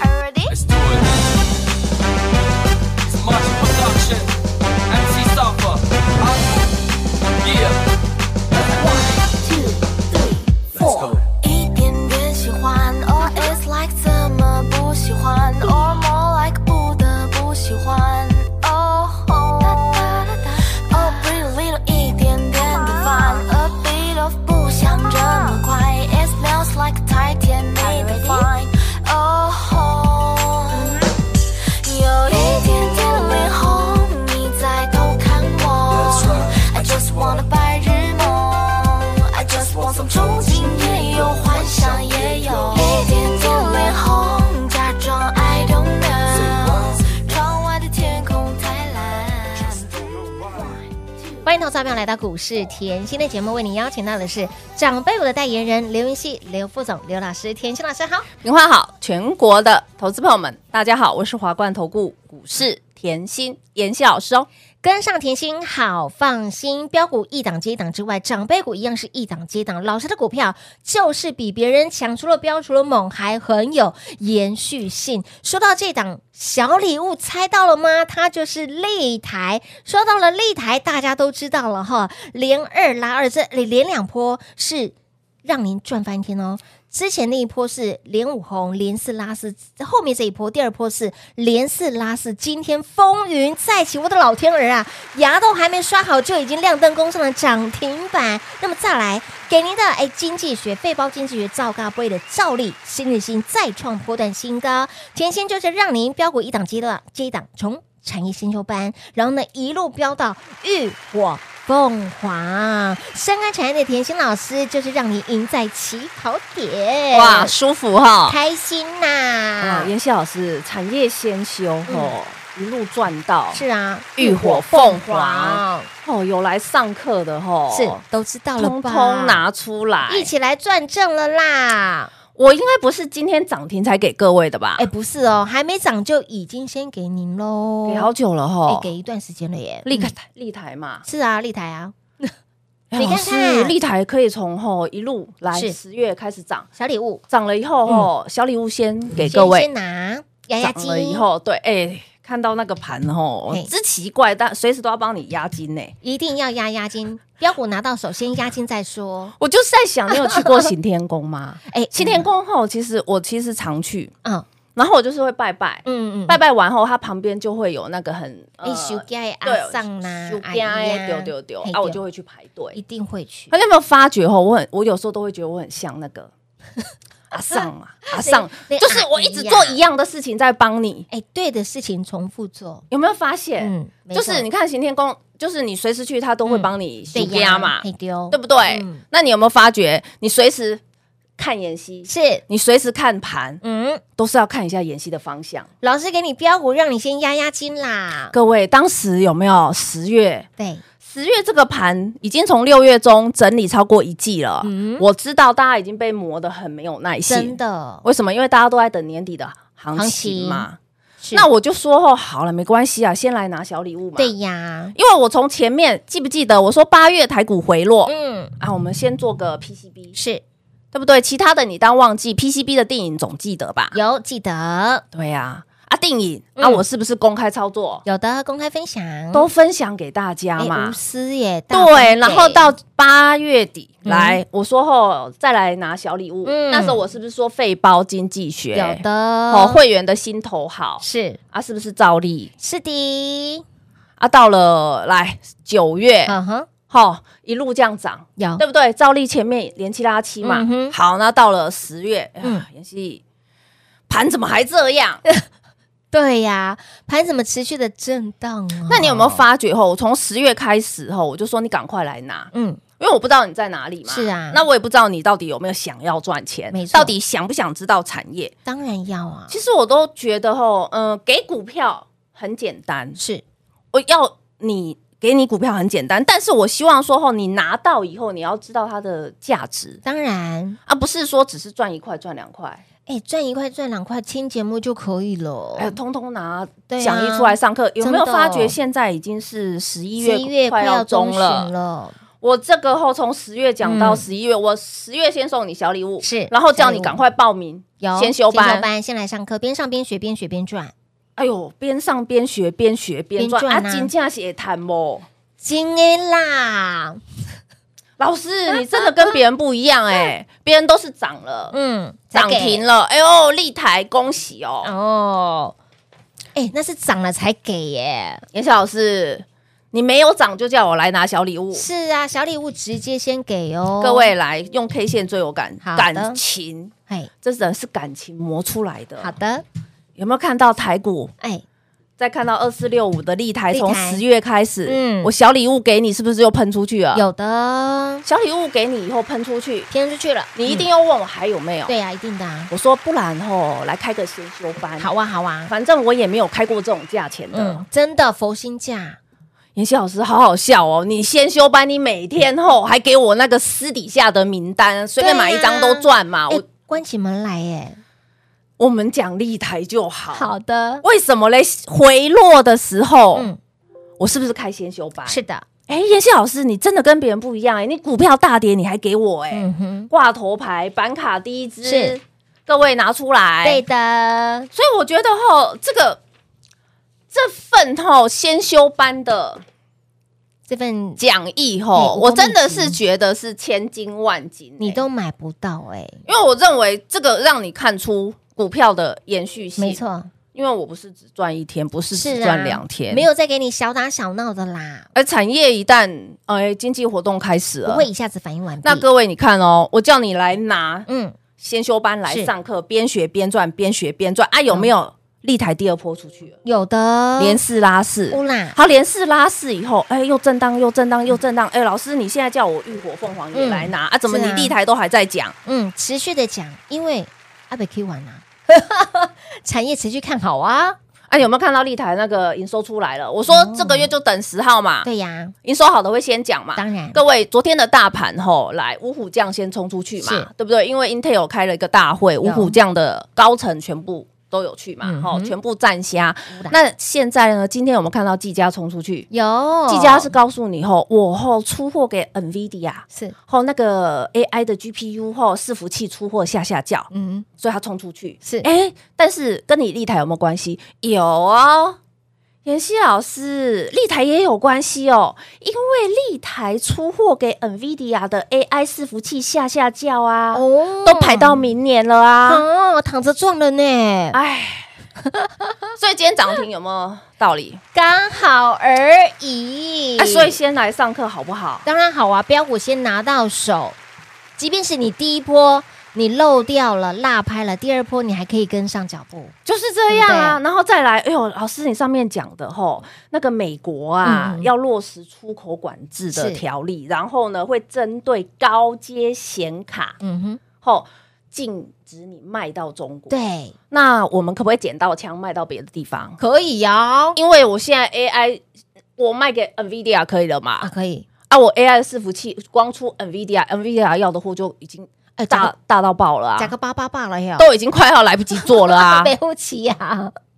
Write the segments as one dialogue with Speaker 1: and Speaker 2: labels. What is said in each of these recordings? Speaker 1: Already?
Speaker 2: Let's do it. It's March Production. MC Suffer. Huh? Yeah. Let's go.
Speaker 1: 一点点喜欢，or it's like 怎么不喜欢，or more like 不得不喜欢。哦哦，哦，pretty little 一点点的 fun，a bit of 不想这么快，it smells like 太甜蜜的 oh fine。哦吼，有一点点脸红，你在偷看我
Speaker 2: That's right.
Speaker 1: ，I just wanna 白日梦，I just want some 憧憬也有，幻想也有，一点点脸红，假装 I don't know，窗外的天空太蓝。
Speaker 3: 欢迎投资者朋友来到股市甜心的节目，为您邀请到的是长辈股的代言人刘云熙、刘副总、刘老师、甜心老师好。
Speaker 4: 您花好，全国的投资朋友们，大家好，我是华冠投顾股市甜心妍希老师哦。
Speaker 3: 跟上甜心好放心，标股一档接一档之外，长辈股一样是一档接一档。老师的股票就是比别人强，除了标，除了猛，还很有延续性。说到这档小礼物，猜到了吗？它就是立台。说到了立台，大家都知道了哈，连二拉二，这里连两波是让您赚翻天哦。之前那一波是连五红，连四拉四，后面这一波第二波是连四拉四。今天风云再起，我的老天儿啊，牙都还没刷好就已经亮灯攻上了涨停板。那么再来给您的哎，经济学背包经济学赵嘎波的照例新日新再创波段新高，甜心就是让您标股一档接了接一档从。产业先修班，然后呢一路飙到浴火凤凰，深耕产业的甜心老师就是让你赢在起跑点，
Speaker 4: 哇，舒服哈、
Speaker 3: 开心呐、
Speaker 4: 啊！妍希老师，产业先修哦，一路赚到
Speaker 3: 嗯是啊，
Speaker 4: 浴火凤凰，哦，有来上课的哦，
Speaker 3: 是都知道了
Speaker 4: 通
Speaker 3: 吧？
Speaker 4: 通拿出来。啊
Speaker 3: 一起来赚正了啦！
Speaker 4: 我应该不是今天涨停才给各位的吧？
Speaker 3: 哎，不是哦，还没涨就已经先给您喽，
Speaker 4: 给好久了哈、
Speaker 3: 哎
Speaker 4: 哦，
Speaker 3: 给一段时间了耶，
Speaker 4: 立
Speaker 3: 嗯
Speaker 4: 台立台嘛，
Speaker 3: 是啊，立台啊，
Speaker 4: 哎
Speaker 3: 你
Speaker 4: 老
Speaker 3: 看
Speaker 4: 师
Speaker 3: 看
Speaker 4: 立台可以从吼、一路来
Speaker 3: 是
Speaker 4: 十月开始涨，
Speaker 3: 小礼物
Speaker 4: 涨了以后吼、小礼物先给
Speaker 3: 先
Speaker 4: 各位
Speaker 3: 先。拿压压
Speaker 4: 涨
Speaker 3: 惊
Speaker 4: 了以后，对，哎、看到那个盘哦
Speaker 3: 嘿，
Speaker 4: 之奇怪，但随时都要帮你压金呢、
Speaker 3: 一定要压押金，标股拿到手先押金再说。
Speaker 4: 我就是在想，你有去过行天宫 吗？
Speaker 3: 哎、
Speaker 4: 行天宫后，其实我其实常去，
Speaker 3: 嗯，
Speaker 4: 然后我就是会拜拜，
Speaker 3: 嗯嗯嗯，
Speaker 4: 拜拜完后，它旁边就会有那个很呃
Speaker 3: 哎，休假的
Speaker 4: 对
Speaker 3: 阿上啦，
Speaker 4: 修
Speaker 3: 阿
Speaker 4: 边
Speaker 3: 姨
Speaker 4: 哎，
Speaker 3: 呀
Speaker 4: 丢丢丢
Speaker 3: 嘿
Speaker 4: 啊，我
Speaker 3: 对
Speaker 4: 就会去排
Speaker 3: 一
Speaker 4: 队。
Speaker 3: 定会去
Speaker 4: 大。家有没有发觉哦？我很，我有时候都会觉得我很像 那个阿尚啊，阿尚，
Speaker 3: 那那
Speaker 4: 就是
Speaker 3: 阿
Speaker 4: 我
Speaker 3: 姨啊
Speaker 4: 一直
Speaker 3: 呀
Speaker 4: 做一样的事情在帮你，
Speaker 3: 哎，对的事情重复做，
Speaker 4: 有没有发现？
Speaker 3: 嗯，没
Speaker 4: 就
Speaker 3: 错嗯
Speaker 4: 是你看行天宫，就是你随时去，他都会帮你
Speaker 3: 对
Speaker 4: 修
Speaker 3: 呀
Speaker 4: 家嘛，
Speaker 3: 嘿丢，
Speaker 4: 对不对
Speaker 3: 嗯？
Speaker 4: 那你有没有发觉，你随时看妍希，
Speaker 3: 是，
Speaker 4: 你随时看盘，
Speaker 3: 嗯，
Speaker 4: 都是要看一下妍希的方向。
Speaker 3: 老师给你标股，让你先压压惊啦。
Speaker 4: 各位，当时有没有十月？
Speaker 3: 对，
Speaker 4: 十月这个盘已经从六月中整理超过一季了，我知道大家已经被磨得很没有耐
Speaker 3: 嗯真
Speaker 4: 心。
Speaker 3: 的，
Speaker 4: 为什么？因为大家都在等年底的行情嘛。
Speaker 3: 是
Speaker 4: 那我就说哦，好了，没关系啊，先来拿小礼物嘛。
Speaker 3: 对呀，
Speaker 4: 因为我从前面记不记得我说八月台股回落、
Speaker 3: 嗯，
Speaker 4: 啊，我们先做个 PCB，
Speaker 3: 是
Speaker 4: 对不对？其他的你当忘记 PCB 的电影总记得吧？
Speaker 3: 有记得，
Speaker 4: 对呀、啊，电影、
Speaker 3: 嗯
Speaker 4: 啊，我是不是公开操作
Speaker 3: 有的公开分享
Speaker 4: 都分享给大家
Speaker 3: 哎
Speaker 4: 嘛
Speaker 3: 无？私耶，大方
Speaker 4: 对，
Speaker 3: 给
Speaker 4: 然后到八月底、来，我说后再来拿小礼物。
Speaker 3: 嗯
Speaker 4: 那时候我是不是说费包经济学
Speaker 3: 有的
Speaker 4: 哦，会员的心头好
Speaker 3: 是
Speaker 4: 啊，是不是照例
Speaker 3: 是的，
Speaker 4: 啊？到了来九月，
Speaker 3: 嗯哼，
Speaker 4: 好、一路这样涨，
Speaker 3: 有
Speaker 4: 对不对？照例前面连七拉七嘛。
Speaker 3: 哦嗯哼
Speaker 4: 好，那到了十月，哎
Speaker 3: 嗯
Speaker 4: 呀，妍希盘怎么还这 样？
Speaker 3: 对呀、盘怎么持续的震荡啊？
Speaker 4: 那你有没有？发觉？吼，我从十月开始吼，我就说你赶快来拿，
Speaker 3: 嗯，
Speaker 4: 因为我不知道你在哪里嘛。
Speaker 3: 是啊
Speaker 4: 那我也不知道你到底有没有想要赚钱，
Speaker 3: 没错
Speaker 4: 到底想不想知道产业？
Speaker 3: 当然要啊，
Speaker 4: 其实我呃都觉得吼，嗯、给股票很简单，
Speaker 3: 是
Speaker 4: 我要你给你股票很简单，但是我希望说后你拿到以后，你要知道它的价值，啊
Speaker 3: 当然，
Speaker 4: 而、不是说只是赚一块赚两块，
Speaker 3: 哎，赚一块赚两块，听节目就可以了。
Speaker 4: 哎，通通拿
Speaker 3: 对啊
Speaker 4: 讲义出来上课。有没有
Speaker 3: 真的哦
Speaker 4: 发觉现在已经是十一
Speaker 3: 十一月
Speaker 4: 月快
Speaker 3: 快
Speaker 4: 要
Speaker 3: 要
Speaker 4: 中
Speaker 3: 中旬
Speaker 4: 了？
Speaker 3: 了，
Speaker 4: 我这个后从十月讲到
Speaker 3: 嗯
Speaker 4: 十一月，我十月先送你小礼物，
Speaker 3: 是
Speaker 4: 然后叫
Speaker 3: 小礼
Speaker 4: 你
Speaker 3: 物
Speaker 4: 赶快报名，
Speaker 3: 有
Speaker 4: 先修
Speaker 3: 先
Speaker 4: 班
Speaker 3: 修。班，先来上课，边上边学，边学边赚，
Speaker 4: 哎呦，边上边学，边学边赚
Speaker 3: 边赚啊
Speaker 4: 啊！金价写谈哦，
Speaker 3: 今天啦，
Speaker 4: 老 师，你真的跟别人不一样哎，别人都是涨了，
Speaker 3: 嗯，
Speaker 4: 涨
Speaker 3: 才给
Speaker 4: 停了，哎呦，立台恭喜哦！
Speaker 3: 哦，哎，那是涨了才给耶。
Speaker 4: 妍希老师，你没有涨就叫我来拿小礼物，
Speaker 3: 是啊，小礼物直接先给哦，
Speaker 4: 各，位来用 K 线最有感
Speaker 3: 好的
Speaker 4: 感情，
Speaker 3: 哎，
Speaker 4: 这人是感情磨出来的。
Speaker 3: 好的，
Speaker 4: 有没有看到台股？
Speaker 3: 哎，
Speaker 4: 再看到二四六五的立台，
Speaker 3: 立台
Speaker 4: 从十月开始，
Speaker 3: 嗯
Speaker 4: 我小礼物给你，是不是又喷出去了？
Speaker 3: 有的，
Speaker 4: 小礼物给你以后喷出去，
Speaker 3: 偏出去了，
Speaker 4: 你一定要问我还有没有？
Speaker 3: 嗯对啊，一定的啊，
Speaker 4: 我说不然吼，来开个先修班。
Speaker 3: 好，啊，好啊，
Speaker 4: 反正我也没有开过这种价钱的
Speaker 3: 嗯。，真的佛心价，
Speaker 4: 妍希老师，好好笑哦！你先修班，你每天吼还给我那个私底下的名单，随便买一张都赚嘛。
Speaker 3: 啊哎
Speaker 4: 我，
Speaker 3: 关起门来耶，
Speaker 4: 我们讲立台就好。，哦
Speaker 3: 的，
Speaker 4: 为什么嘞？回落的时候，
Speaker 3: 嗯，
Speaker 4: 我是不是开先修班？
Speaker 3: 是的，
Speaker 4: 哎，妍希老师，你真的跟别人不一样哎、你股票大跌你还给我哎、
Speaker 3: 嗯哼，
Speaker 4: 挂头牌板卡第一
Speaker 3: 是
Speaker 4: 支，各位拿出来。
Speaker 3: 对，的，
Speaker 4: 所以我觉得吼，这个这份吼先修班的
Speaker 3: 这份
Speaker 4: 讲义
Speaker 3: 哎
Speaker 4: 吼，
Speaker 3: 武功
Speaker 4: 我真的
Speaker 3: 秘籍
Speaker 4: 是觉得是千金万金、
Speaker 3: 你
Speaker 4: 哎
Speaker 3: 都买不到哎，
Speaker 4: 因为我认为这个让你看出股票的延续性，
Speaker 3: 没。错，
Speaker 4: 因为我不是只赚一天，不是只
Speaker 3: 是啊
Speaker 4: 赚两天，
Speaker 3: 没。有再给你小打小闹的啦，
Speaker 4: 而产业一旦哎经济活动开始
Speaker 3: 不
Speaker 4: 了，
Speaker 3: 会一下子反应完毕，
Speaker 4: 那各位你看哦，我叫你来拿
Speaker 3: 嗯，
Speaker 4: 先修班来
Speaker 3: 是嗯
Speaker 4: 上课，边学边赚，边学边赚啊，有没有立台第二波出去了？
Speaker 3: 有的，
Speaker 4: 连四拉四
Speaker 3: 乌，啦，
Speaker 4: 好，连四拉四以后，哎，又震荡，又震荡，又震荡，哎，老师，你现在叫我浴火凤凰也
Speaker 3: 嗯
Speaker 4: 来拿啊？怎么
Speaker 3: 是
Speaker 4: 你
Speaker 3: 啊
Speaker 4: 立台都还在讲？
Speaker 3: 嗯，持续的讲，因为阿北 Q 完 啦，啊产业持续看好啊，
Speaker 4: 啊，有没有看到立台那个营收出来了？我说这个月就等十号嘛，
Speaker 3: 哦对呀，
Speaker 4: 营收好的会先讲嘛。
Speaker 3: 当然
Speaker 4: 各位，昨天的大盘吼，来五虎将先冲出去
Speaker 3: 是啊
Speaker 4: 嘛，对不对？因为 Intel 开了一个大会，五虎将的高层全部都有去嘛
Speaker 3: 嗯，
Speaker 4: 吼、
Speaker 3: 哼
Speaker 4: 全部站虾
Speaker 3: 乌啦。
Speaker 4: 那现在呢？今天我们看到技嘉冲出去，
Speaker 3: 有
Speaker 4: 技嘉是告诉你吼，我吼出货给 NVIDIA，
Speaker 3: 是，
Speaker 4: 吼那个 AI 的 GPU 吼伺服器出货下下叫，
Speaker 3: 嗯，
Speaker 4: 所以它冲出去
Speaker 3: 是
Speaker 4: 哎，但是跟你立台有没有关系？有哦，妍希老师，立台也有关系哦，因为立台出货给 NVIDIA 的 AI 伺服器下下叫啊，
Speaker 3: 哦
Speaker 4: 都排到明年了啊。
Speaker 3: 哦，躺着撞了呢，
Speaker 4: 哎、 所以今天涨停有没有道理？
Speaker 3: 刚好而已
Speaker 4: 哎、。所以先来上课好不好？
Speaker 3: 当然好啊，标股先拿到手，即便是你第一波你漏掉了、落拍了，第二波你还可以跟上脚步。
Speaker 4: 就是这样
Speaker 3: 嗯
Speaker 4: 啊，然后再来，哎呦，老师，你上面讲的吼，那个美国啊，
Speaker 3: 嗯
Speaker 4: 要落实出口管制的
Speaker 3: 是
Speaker 4: 条例，然后呢，会针对高阶显卡
Speaker 3: 嗯哼，
Speaker 4: 吼禁止你卖到中国。，
Speaker 3: 对，
Speaker 4: 那我们可不可以捡到枪卖到别的地方？
Speaker 3: 可以哦。
Speaker 4: 因为我现在 AI 我卖给 NVIDIA 可以了嘛？
Speaker 3: 啊，可以，
Speaker 4: 啊，我 AI 的伺服器光出 NVIDIA，NVIDIA 要的货就已经
Speaker 3: 哎，
Speaker 4: 大、
Speaker 3: 大
Speaker 4: 大到爆了
Speaker 3: 加
Speaker 4: 啊，
Speaker 3: 个八八八了呀，
Speaker 4: 都已经快要来不及做了啊，
Speaker 3: 对不起呀，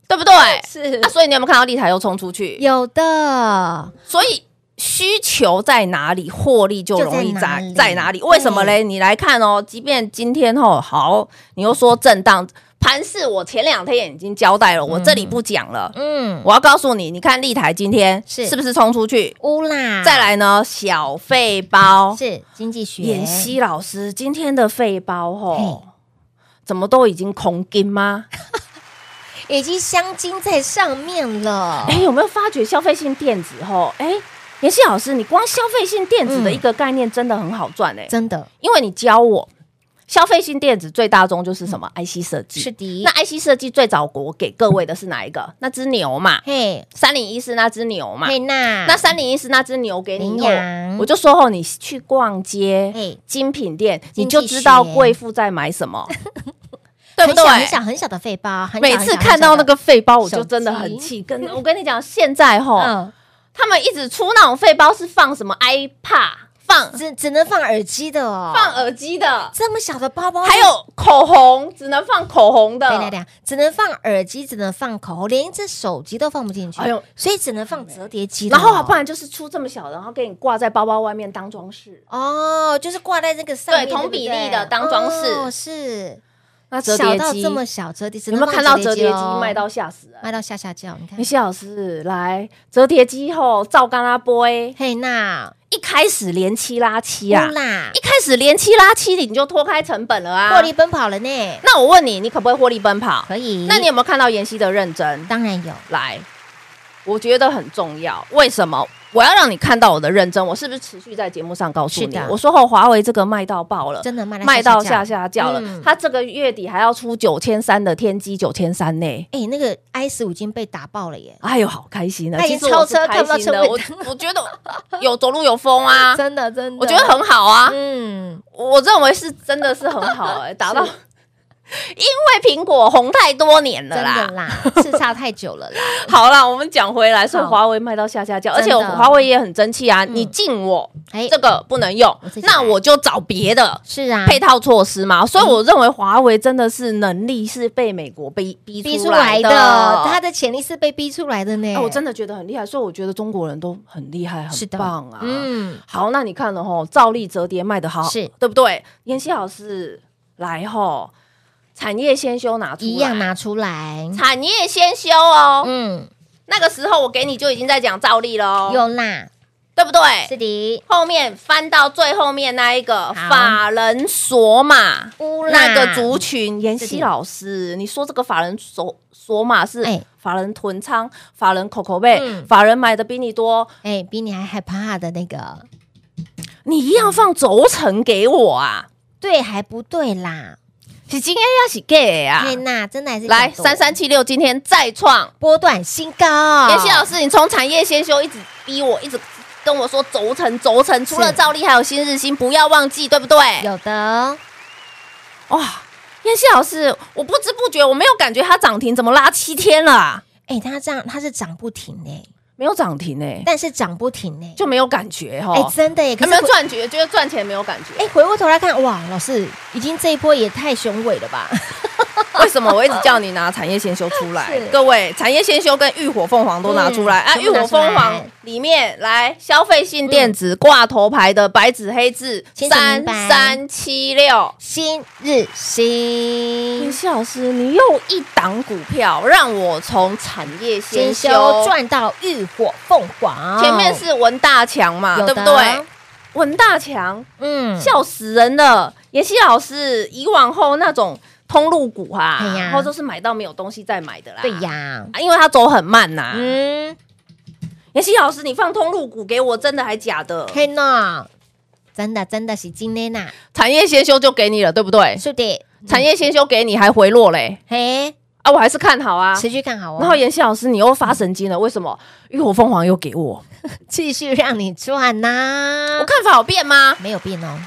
Speaker 4: 对不对？
Speaker 3: 是
Speaker 4: 啊，所以你有没有看到立台又冲出去？
Speaker 3: 有的，
Speaker 4: 所以需求在哪里，获利就容易
Speaker 3: 就在哪
Speaker 4: 在
Speaker 3: 里
Speaker 4: 在哪里？为什么嘞？你来看哦，即便今天哦好，你又说震荡盘势，我前两天也已经交代了，我这里不讲了。
Speaker 3: 嗯，
Speaker 4: 我要告诉你，你看立台今天
Speaker 3: 是
Speaker 4: 是不是冲出去？
Speaker 3: 乌啦，
Speaker 4: 再来呢，小费包，
Speaker 3: 是经济学，
Speaker 4: 妍希老师今天的费包哦
Speaker 3: 嘿，
Speaker 4: 怎么都已经空金吗？
Speaker 3: 已经镶金在上面了
Speaker 4: 哎、，有没有发觉消费性电子吼？哎、妍希老师，你光消费性电
Speaker 3: 嗯
Speaker 4: 子的一个概念真的很好赚哎、
Speaker 3: 真的
Speaker 4: 因为你教我消费性电子最大宗就是什么、IC 设计。
Speaker 3: 嗯是的
Speaker 4: 那，IC 设计最早我给各位的是哪一个？那只牛嘛，
Speaker 3: 嘿，
Speaker 4: 三零一四那只牛嘛。
Speaker 3: 嘿娜，
Speaker 4: 那三零一四那只牛给你以后
Speaker 3: 羚羊，
Speaker 4: 我就说后你去逛街
Speaker 3: 嘿，
Speaker 4: 精品店，你
Speaker 3: 经济
Speaker 4: 就知道
Speaker 3: 学
Speaker 4: 贵妇在买 什么，对不
Speaker 3: 很
Speaker 4: 对
Speaker 3: 小？很小很小的肺包，很小
Speaker 4: 每
Speaker 3: 很
Speaker 4: 次
Speaker 3: 小很
Speaker 4: 看
Speaker 3: 小
Speaker 4: 到
Speaker 3: 的
Speaker 4: 那个肺包，我
Speaker 3: 手
Speaker 4: 就真的
Speaker 3: 机
Speaker 4: 很气。跟我跟你讲，现在吼，
Speaker 3: 嗯，
Speaker 4: 他们一直出那种废包，是放什么 iPad，放
Speaker 3: 嗯只只能放耳机的哦，
Speaker 4: 放耳机的，
Speaker 3: 这么小的包包，
Speaker 4: 还有口红，只能放口红的。
Speaker 3: 等一下等一下，只能放耳机，只能放口红，连一只手机都放不进去，
Speaker 4: 哎呦
Speaker 3: 所以只能放折叠机的
Speaker 4: 然
Speaker 3: 哦，
Speaker 4: 后不然就是出这么小的，然后给你挂在包包外面当装饰。
Speaker 3: 哦，就是挂在这个上面，
Speaker 4: 对同比
Speaker 3: 不对
Speaker 4: 例的当装饰
Speaker 3: 哦是
Speaker 4: 那
Speaker 3: 小到这么小，折叠只
Speaker 4: 有
Speaker 3: 能
Speaker 4: 没有
Speaker 3: 放
Speaker 4: 看到折叠
Speaker 3: 机
Speaker 4: 机
Speaker 3: 哦
Speaker 4: 卖到吓死人？
Speaker 3: 卖到下下叫？你看
Speaker 4: 梅，西老师来折叠机后，照刚拉波
Speaker 3: 嘿那
Speaker 4: 一开始连七拉七啊
Speaker 3: 乌，啦
Speaker 4: 一，开始连七拉七，你就脱开成本了啊。
Speaker 3: 获利奔跑了呢，
Speaker 4: 那我问你，你可不可以获利奔跑？
Speaker 3: 可以，
Speaker 4: 那你有没有看到妍希的认真？
Speaker 3: 当然有，
Speaker 4: 来，我觉得很重要。为什么？我要让你看到我的认真。我是不是持续在节目上告诉
Speaker 3: 是
Speaker 4: 你
Speaker 3: 的？
Speaker 4: 我说后华为这个卖到爆了，
Speaker 3: 真的卖到
Speaker 4: 卖到下
Speaker 3: 叫
Speaker 4: 下叫了
Speaker 3: 嗯。
Speaker 4: 它这个月底还要出九千三的天玑，九千三呢。
Speaker 3: 哎，那个 i 十五已经被打爆了耶，
Speaker 4: 哎呦，好开心啊！
Speaker 3: 哎
Speaker 4: 其实我是
Speaker 3: 超车看
Speaker 4: 开
Speaker 3: 不到
Speaker 4: 心的，
Speaker 3: 车尾
Speaker 4: 我我觉得有走路有风 啊，
Speaker 3: 真的真的，
Speaker 4: 我觉得很好啊。
Speaker 3: 嗯，
Speaker 4: 我认为是真的是很好 哎，达到。 因为苹果红太多年了
Speaker 3: 真
Speaker 4: 啦
Speaker 3: 的， 啦，叱咤太久了啦，
Speaker 4: 好啦，我们讲回来，说
Speaker 3: 好
Speaker 4: 华为卖到下下叫，而
Speaker 3: 真
Speaker 4: 且
Speaker 3: 的
Speaker 4: 我华为也很争气啊。
Speaker 3: 嗯
Speaker 4: 你禁我
Speaker 3: 哎
Speaker 4: 这个不能用
Speaker 3: 我自，己来
Speaker 4: 那我就找别的
Speaker 3: 是啊，
Speaker 4: 配套措施嘛。所以我认为华为真的是能力是被美国逼逼
Speaker 3: 逼
Speaker 4: 出
Speaker 3: 出
Speaker 4: 来
Speaker 3: 来
Speaker 4: 的。哎
Speaker 3: 的，他的潜力是被逼出来的呢
Speaker 4: 哎，我真的觉得很厉害，所以我觉得中国人都很厉害，
Speaker 3: 是
Speaker 4: 很
Speaker 3: 的
Speaker 4: 棒啊。
Speaker 3: 嗯，
Speaker 4: 好，那你看了吼，照例折叠卖的好，
Speaker 3: 是
Speaker 4: 对不对？妍希老师来吼，产业先修拿出来
Speaker 3: 一样拿出来，
Speaker 4: 产业先修哦。
Speaker 3: 嗯，
Speaker 4: 那个时候我给你就已经在讲照例喽，
Speaker 3: 有啦，
Speaker 4: 对不对？
Speaker 3: 是的，
Speaker 4: 后面翻到最后面那一个
Speaker 3: 好
Speaker 4: 法人索马
Speaker 3: 乌啦
Speaker 4: 那个族群，妍
Speaker 3: 是
Speaker 4: 希
Speaker 3: 的
Speaker 4: 老师，你说这个法人索索马是
Speaker 3: 哎
Speaker 4: 法人囤仓、法人口口贝、
Speaker 3: 嗯
Speaker 4: 法人买的比你多，
Speaker 3: 哎，比你还害怕的那个，
Speaker 4: 你一样放轴承给我啊！
Speaker 3: 对还不对啦？
Speaker 4: 是今天要是 gay 啊！
Speaker 3: 瑞娜真的还是
Speaker 4: 来
Speaker 3: 想多
Speaker 4: 三三七六今天再创，
Speaker 3: 波段新高，
Speaker 4: 妍希老师，你从产业先修一直逼我，一直跟我说轴承轴承，除了
Speaker 3: 是
Speaker 4: 照例还有新日新，不要忘记，对不对？
Speaker 3: 有的
Speaker 4: 哇，燕西老师，我不知不觉我没有感觉它涨停，怎么拉七天了、啊？
Speaker 3: 哎、它这样它是涨不停呢、
Speaker 4: 没有涨停哎、
Speaker 3: 但是涨不停呢、
Speaker 4: 就没有感觉哈、
Speaker 3: 哎、真的耶、可
Speaker 4: 有
Speaker 3: 是
Speaker 4: 没有
Speaker 3: 回
Speaker 4: 赚觉？觉得赚钱没有感觉？
Speaker 3: 哎、回过头来看，哇，老师已经这一波也太雄伟了吧？
Speaker 4: 为什么我一直叫你拿产业先修出来
Speaker 3: 是？
Speaker 4: 各位，产业先修跟浴火凤凰都拿出来、
Speaker 3: 嗯
Speaker 4: 啊！
Speaker 3: 全
Speaker 4: 浴
Speaker 3: 部拿
Speaker 4: 火
Speaker 3: 出来嗯
Speaker 4: 凤凰里面来消费性电子挂头牌的白纸黑字
Speaker 3: 清楚明
Speaker 4: 三
Speaker 3: 白
Speaker 4: 三七六。
Speaker 3: 新日
Speaker 4: 林
Speaker 3: 新
Speaker 4: 夕老师，你又一档股票让我从产业先
Speaker 3: 先
Speaker 4: 修
Speaker 3: 修赚到浴火凤凰，
Speaker 4: 前面是文大强嘛，
Speaker 3: 哦有
Speaker 4: 对
Speaker 3: 的
Speaker 4: 不对？文大强
Speaker 3: 嗯，
Speaker 4: 笑死人了，妍希老师以往后那种通路股啊，
Speaker 3: 哎呀
Speaker 4: 然后都是买到没有东西再买的啦，
Speaker 3: 对呀，
Speaker 4: 啊，因为它走很慢呐、
Speaker 3: 嗯，
Speaker 4: 妍希老师，你放通路股给我，真的还假的？
Speaker 3: 嘿呢，真的真的是今天啊呐，
Speaker 4: 产业先修就给你了，对不对？
Speaker 3: 是的，
Speaker 4: 产业先修给你还回落嘞，
Speaker 3: 嘿，
Speaker 4: 啊，我还是看好啊。
Speaker 3: 持续看好哦，
Speaker 4: 然后妍希老师，你又发神经了，为什么？浴火凤凰又给 我，
Speaker 3: 继续让你赚呐、
Speaker 4: 我看法有变吗？
Speaker 3: 没有变哦，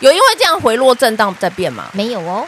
Speaker 4: 有因为这样回落震荡在变吗？
Speaker 3: 没有哦，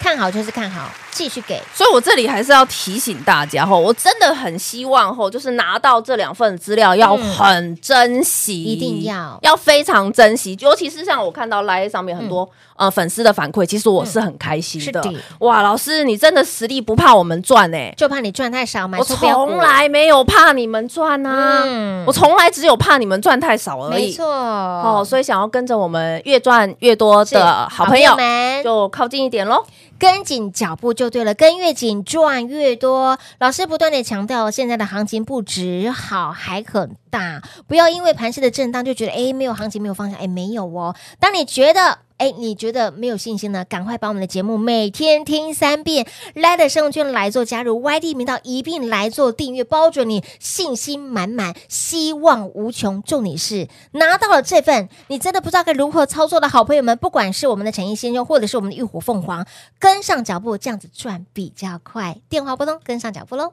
Speaker 3: 看好就是看好，继续给，
Speaker 4: 所以我这里还是要提醒大家吼，我真的很希望吼，就是拿到这两份资料要很珍惜，
Speaker 3: 一定要
Speaker 4: 要非常珍惜。尤其是像我看到 Line 上面很多、呃粉丝的反馈，其实我是很开心的。
Speaker 3: 嗯嗯是的
Speaker 4: 哇，老师你真的实力不怕我们赚哎、
Speaker 3: 就怕你赚太少，买
Speaker 4: 我
Speaker 3: 错标股
Speaker 4: 从来没有怕你们赚啊，
Speaker 3: 嗯
Speaker 4: 我从来只有怕你们赚太少而
Speaker 3: 没
Speaker 4: 已。
Speaker 3: 错
Speaker 4: 哦，
Speaker 3: 哦
Speaker 4: 所以想要跟着我们越赚越多的好朋友，
Speaker 3: 们
Speaker 4: 就靠近一点喽。
Speaker 3: 跟紧脚步就对了，跟越紧赚越多。老师不断的强调，现在的行情不止好，还很大，不要因为盘势的震荡就觉得诶没有行情没有方向，诶没有哦。当你觉得诶你觉得没有信心呢？赶快把我们的节目每天听三遍，来的生活圈来做加入，YD 频道一并来做订阅，包准你信心满满，希望无穷。重点是拿到了这份你真的不知道该如何操作的好朋友们，不管是我们的产业先修，或者是我们的浴火凤凰，跟上脚步，这样子赚比较快。电话拨通，跟上脚步喽。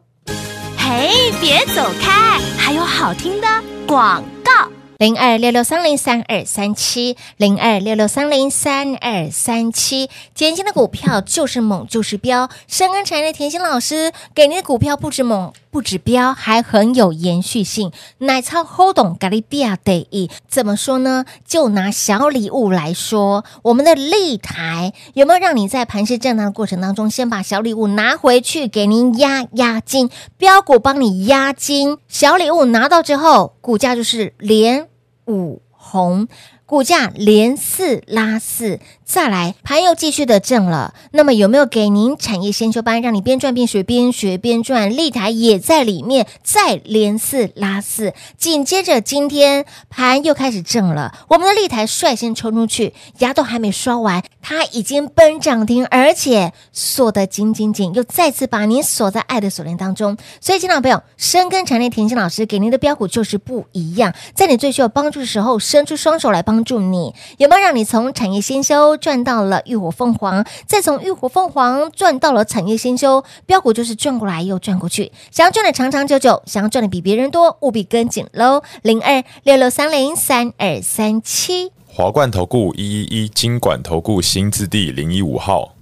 Speaker 5: 嘿，别走开，还有好听的广告。
Speaker 3: 零二六六三零三二三七，零二六六三零三二三七，甜心的股票就是猛，就是飙。深耕产业的甜心老师给您的股票不止猛，不指标，还很有延续性。奶超 hold on 咖喱比亚得意怎么说呢？就拿小礼物来说，我们的立台有没有让你在盘势震荡的过程当中，先把小礼物拿回去，给您压压惊，标股帮你压惊，小礼物拿到之后，股价就是连五红。股价连四拉四，再来盘又继续的挣了。那么有没有给您产业先修班，让你边赚边学，边学边赚？立台也在里面，再连四拉四。紧接着今天盘又开始挣了，我们的立台率先冲出去，牙都还没刷完，它已经奔涨停，而且锁得紧紧紧，又再次把您锁在爱的锁链当中。所以，亲爱的朋友，深耕产业田心老师给您的标股就是不一样，在你最需要帮助的时候，伸出双手来帮助你。有没有让你从产业先修赚到了浴火凤凰，再从浴火凤凰赚到了产业先修？标股就是转过来又转过去，想要赚的长长久久，想要赚的比别人多，务必跟紧喽！零二六六三零三二三七。
Speaker 6: 华冠投顾一一一金管投顾新字第零一五号，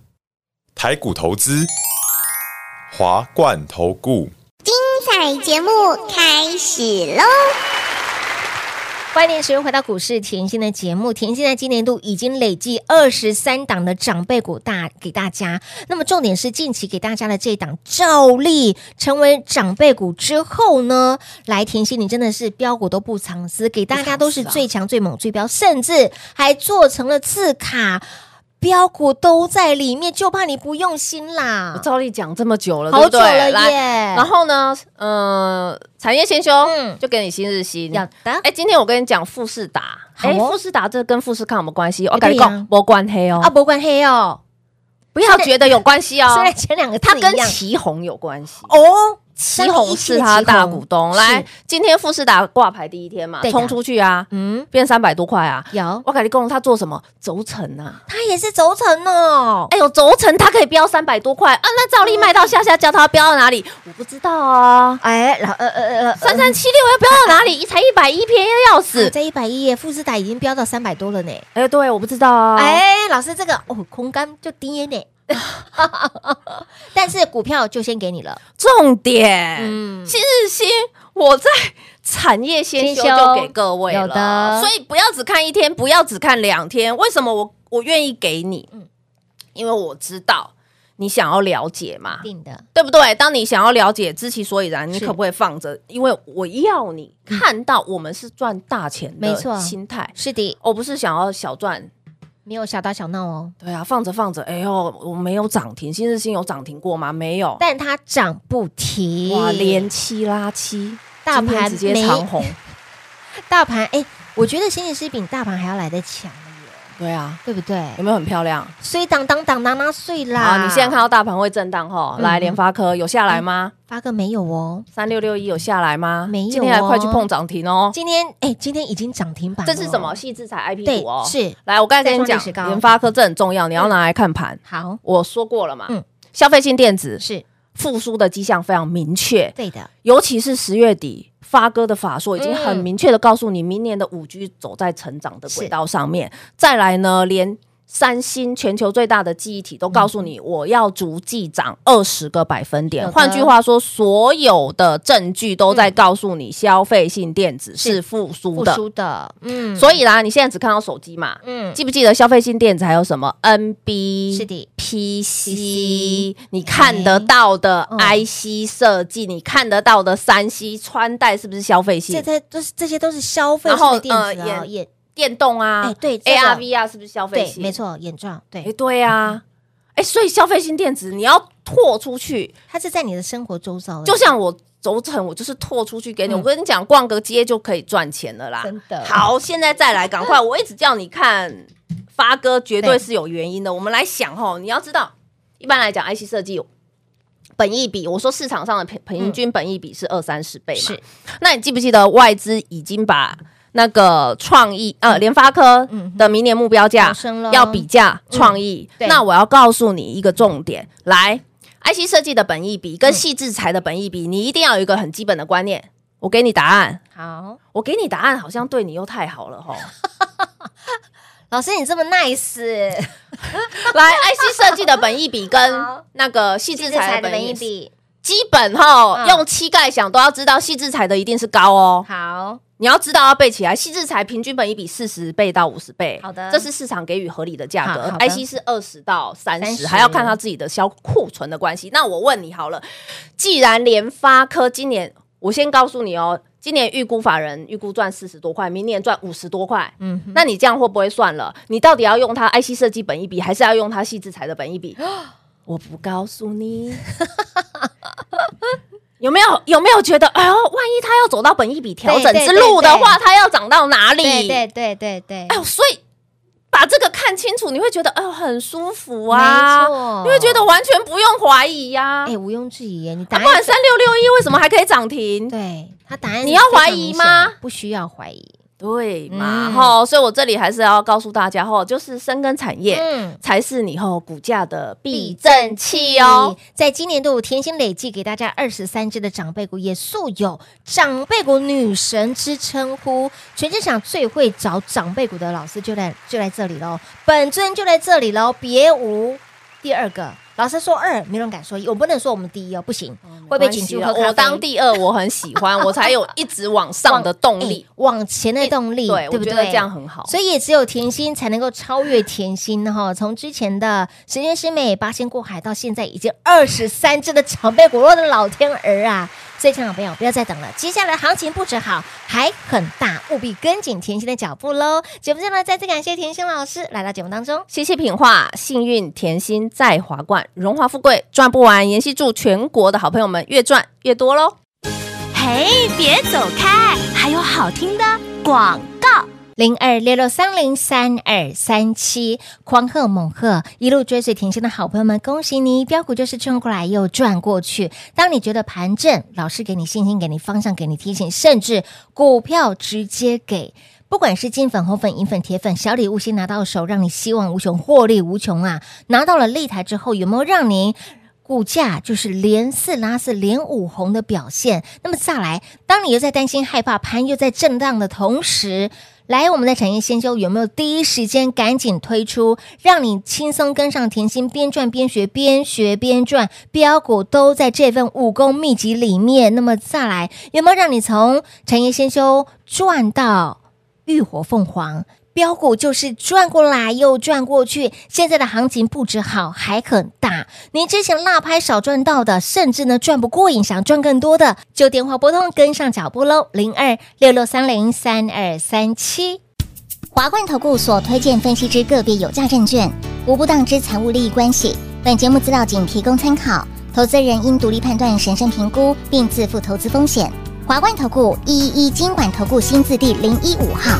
Speaker 6: 台股投资，华冠投顾。
Speaker 7: 彩节目开始喽！
Speaker 3: 欢迎使用回到股市甜心的节目。甜心在今年度已经累计二十三档的长辈股大给大家。那么重点是近期给大家的这一档照例成为长辈股之后呢，来甜心你真的是标股都不藏私，给大家都是最强、最猛、最标，甚至还做成了字卡。标股都在里面，就怕你不用心啦
Speaker 4: 我。照例讲这么久了，
Speaker 3: 啊好久
Speaker 4: 对不对
Speaker 3: 了
Speaker 4: 来
Speaker 3: 耶
Speaker 4: 然后呢，呃，产业先修，
Speaker 3: 嗯
Speaker 4: 就给你新日新。
Speaker 3: 要的
Speaker 4: 哎，今天我跟你讲富士达，
Speaker 3: 好
Speaker 4: 哎，
Speaker 3: 哦
Speaker 4: 富士达这跟富士康有没有关系？我
Speaker 3: 哎
Speaker 4: 跟你
Speaker 3: 对呀
Speaker 4: 讲，没关系啊哦
Speaker 3: 啊，，博冠黑哦，
Speaker 4: 不要觉得有关系哦
Speaker 3: 虽，然前两个字
Speaker 4: 它跟
Speaker 3: 一样
Speaker 4: 旗宏有关系。
Speaker 3: 哦，
Speaker 4: 旗宏是它的大股东。来
Speaker 3: 是，
Speaker 4: 今天富士达挂牌第一天嘛，
Speaker 3: 对的
Speaker 4: 冲出去啊，
Speaker 3: 嗯，
Speaker 4: 变三百多块啊。
Speaker 3: 有，
Speaker 4: 我跟你讲，它做什么？轴承啊。
Speaker 3: 它也是轴承哦。
Speaker 4: 哎呦，轴承它可以标三百多块啊，那照例卖到下下，叫它标到哪里？哎我不知道啊。
Speaker 3: 哎，然后呃呃呃，
Speaker 4: 三三七六要标到哪里？一才一百一，便宜的要死。
Speaker 3: 在一百一耶，富士达已经飙到三百多了呢。
Speaker 4: 哎，对，我不知道啊。哎，
Speaker 3: 哎，老师这个哦，空干就低耶 呢。但是股票就先给你了，
Speaker 4: 重点，
Speaker 3: 嗯
Speaker 4: 新日新，我在产业先修
Speaker 3: 先修
Speaker 4: 就给各位了，
Speaker 3: 有的
Speaker 4: 所以不要只看一天，不要只看两天。为什么我我愿意给你？因为我知道你想要了解嘛，
Speaker 3: 定的
Speaker 4: 对不对？当你想要了解知其所以然，你
Speaker 3: 是
Speaker 4: 可不可以放着？因为我要你看到我们是赚大钱
Speaker 3: 没
Speaker 4: 的
Speaker 3: 错
Speaker 4: 心态，
Speaker 3: 是的，
Speaker 4: 我不是想要小赚。
Speaker 3: 没有小打小闹哦。
Speaker 4: 对啊，放着放着，哎呦，我没有涨停，新日新有涨停过吗？没有。
Speaker 3: 但它涨不停，
Speaker 4: 哇，连七拉七，
Speaker 3: 大
Speaker 4: 今天
Speaker 3: 盘
Speaker 4: 直接
Speaker 3: 没
Speaker 4: 长红。
Speaker 3: 大盘哎，我觉得星期四比大盘还要来得强耶，
Speaker 4: 对啊，
Speaker 3: 对不对
Speaker 4: 有？没有很漂亮？
Speaker 3: 碎当当当当当碎啦！
Speaker 4: 啊，你现在看到大盘会震荡吼，
Speaker 3: 嗯
Speaker 4: 来联发科有下来吗？
Speaker 3: 发哥没有哦？
Speaker 4: 三六六一有下来吗？
Speaker 3: 没有
Speaker 4: 今天还
Speaker 3: 哦
Speaker 4: 快去碰涨停哦。
Speaker 3: 今天哎，今天已经涨停板了，哦
Speaker 4: 这是什么？细制裁 IP
Speaker 3: 对
Speaker 4: 股哦。，
Speaker 3: 是
Speaker 4: 来，我刚才跟你
Speaker 3: 再创
Speaker 4: 讲
Speaker 3: 历史高，
Speaker 4: 联发科这很重要，你要拿来看盘。
Speaker 3: 好
Speaker 4: 我说过了嘛，
Speaker 3: 嗯
Speaker 4: 消费性电子
Speaker 3: 是
Speaker 4: 复苏的迹象非常明确，
Speaker 3: 对的，
Speaker 4: 尤其是十月底。发哥的法说已经很
Speaker 3: 嗯
Speaker 4: 明确的告诉你，明年的五 G 走在成长的轨
Speaker 3: 是
Speaker 4: 道上面。再来呢，连三星全球最大的记忆体都告诉你，我要逐季涨二十个百分
Speaker 3: 嗯有
Speaker 4: 点。
Speaker 3: 的嗯
Speaker 4: 换句话说，所有的证据都在告诉你，消费性电子
Speaker 3: 是
Speaker 4: 是复苏
Speaker 3: 复
Speaker 4: 的。
Speaker 3: 苏的，嗯，
Speaker 4: 所以啦，你现在只看到手机嘛，
Speaker 3: 嗯，
Speaker 4: 记不记得消费性电子还有什么 NB？
Speaker 3: 是的
Speaker 4: PC，你看得到的
Speaker 3: 哎
Speaker 4: IC 设计，你看得到的三 C 穿戴是不是消费
Speaker 3: 这
Speaker 4: 性？
Speaker 3: 这都是这些都是消费
Speaker 4: 然
Speaker 3: 性
Speaker 4: 后
Speaker 3: 的电子
Speaker 4: 呃
Speaker 3: 啊，
Speaker 4: 眼
Speaker 3: 眼
Speaker 4: 电动啊，
Speaker 3: 哎对这个
Speaker 4: ，ARV 啊，是不是消费
Speaker 3: 对，
Speaker 4: 性？
Speaker 3: 没，错，眼罩
Speaker 4: 哎，
Speaker 3: 对，
Speaker 4: 对啊，哎，所以消费性电子你要拓出去，
Speaker 3: 它是在你的生活周遭的，
Speaker 4: 就像我轴承，我就是拓出去给你。
Speaker 3: 嗯
Speaker 4: 我跟你讲，逛个街就可以赚钱了啦。
Speaker 3: 真的
Speaker 4: 好，现在再来，赶快！我一直叫你看发哥，绝
Speaker 3: 对
Speaker 4: 对是有原因的。我们来想吼，你要知道，一般来讲，IC 设计本益比，我说市场上的平平均本益比是二三十倍嘛。
Speaker 3: 嗯是，
Speaker 4: 那你记不记得外资已经把那个创意
Speaker 3: 嗯
Speaker 4: 呃联发科的明年目标价
Speaker 3: 调升了
Speaker 4: 要比价创意？
Speaker 3: 对
Speaker 4: 那我要告诉你一个重点，来。IC 嗯设计的本益比跟细制裁的本益比，你一定要有一个很基本的观念。我给你答案，
Speaker 3: 好，
Speaker 4: 我给你答案，好像对你又太好了 吼。
Speaker 3: 老师你这么 nice，
Speaker 4: 来，IC 设计的本益比跟那个细制裁的本益比，
Speaker 3: 比，
Speaker 4: 基本哈，
Speaker 3: 嗯
Speaker 4: 用膝盖想都要知道细制裁的一定是高哦。
Speaker 3: 好，
Speaker 4: 你要知道要背起来，细制裁平均本一比四十倍到五十倍，
Speaker 3: 好的
Speaker 4: 这是市场给予合理的价格
Speaker 3: 好好。的
Speaker 4: IC 是二十到三十，
Speaker 3: 30
Speaker 4: 还要看他自己的销库存的关系。那我问你好了，既然联发科今年，我先告诉你哦，今年预估法人预估赚四十多块，明年赚五十多块，
Speaker 3: 嗯哼，
Speaker 4: 那你这样会不会算了？你到底要用它 IC 设计本一笔，还是要用它细制裁的本一 笔？我不告诉你。 有没有有没有觉得，哎呦，万一它要走到本一笔调整之路的话，它要涨到哪里？
Speaker 3: 对对对对对，
Speaker 4: 哎呦，所以把这个看清楚，你会觉得，哎呦，很舒服
Speaker 3: 没
Speaker 4: 啊，
Speaker 3: 错，
Speaker 4: 你会觉得完全不用怀疑呀、啊。
Speaker 3: 哎，毋庸置疑耶，你答
Speaker 4: 啊
Speaker 3: 案
Speaker 4: 不然三六六一为什么还可以涨停？
Speaker 3: 对他答案
Speaker 4: 你要
Speaker 3: 是非常
Speaker 4: 怀疑
Speaker 3: 明显
Speaker 4: 吗
Speaker 3: 的？不需要怀疑，
Speaker 4: 对嘛？
Speaker 3: 嗯
Speaker 4: 哈、所以我这里还是要告诉大家，哈，就是深耕产业。
Speaker 3: 嗯。
Speaker 4: 才是你后股价的避震器
Speaker 3: 哦
Speaker 4: 哦。，
Speaker 3: 在今年度甜心累计给大家二十三只的长辈股，也素有“长辈股女神”之称呼。全市场最会找长辈股的老师就在就在这里喽，本尊就在这里喽，别无第二个。老师说二，没人敢说一，我不能说我们第一哦，不行，会被请去喝咖啡。
Speaker 4: 啊哦我当第二，我很喜欢，我才有一直往上的动力
Speaker 3: 哎。往前的动力，
Speaker 4: 对，
Speaker 3: 对
Speaker 4: 我
Speaker 3: 不
Speaker 4: 觉
Speaker 3: 对？
Speaker 4: 得这样很好。
Speaker 3: 所以也只有甜心才能够超越甜心哈。从之前的十全十美、八仙过海，到现在已经二十三只的长辈股，我的老天儿啊！ 所以，亲爱的朋友，不要再等了，接下来行情不止好，还很大，务必跟紧甜心的脚步喽。节目最后呢，再次感谢甜心老师来到节目当中。
Speaker 4: 谢谢品画，幸运甜心在华冠，荣华富贵赚不完。妍希祝全国的好朋友们越赚越多喽！
Speaker 5: 嘿，别走开，还有好听的广告。
Speaker 3: 零二六六三零三二三七，狂贺猛贺，一路追随甜心的好朋友们，恭喜你！标股就是转过来又转过去。当你觉得盘正，老师给你信心，给你方向，给你提醒，甚至股票直接给。不管是金粉、红粉、银粉、铁粉，小礼物先拿到手，让你希望无穷，获利无穷啊！拿到了擂台之后，有没有让您股价就是连四拉四、连五红的表现。那么再来，当你又在担心、害怕盘又在震荡的同时，来我们的产业先修有没有第一时间赶紧推出，让你轻松跟上甜心，边赚边学，边学边赚，标股都在这份武功秘籍里面。那么再来，有没有让你从产业先修赚到？浴火凤凰。标股就是转过来又转过去，现在的行情不止好，还很大。您之前落拍少赚到的，甚至呢赚不过瘾，想赚更多的，就电话拨通，跟上脚步喽，零二六六三零三二三七。
Speaker 7: 华冠投顾所推荐分析之个别有价证券，无不当之财务利益关系。本节目资料仅提供参考，投资人应独立判断、审慎评估，并自负投资风险。华冠投顾一一一金管投顾新字第零一五号。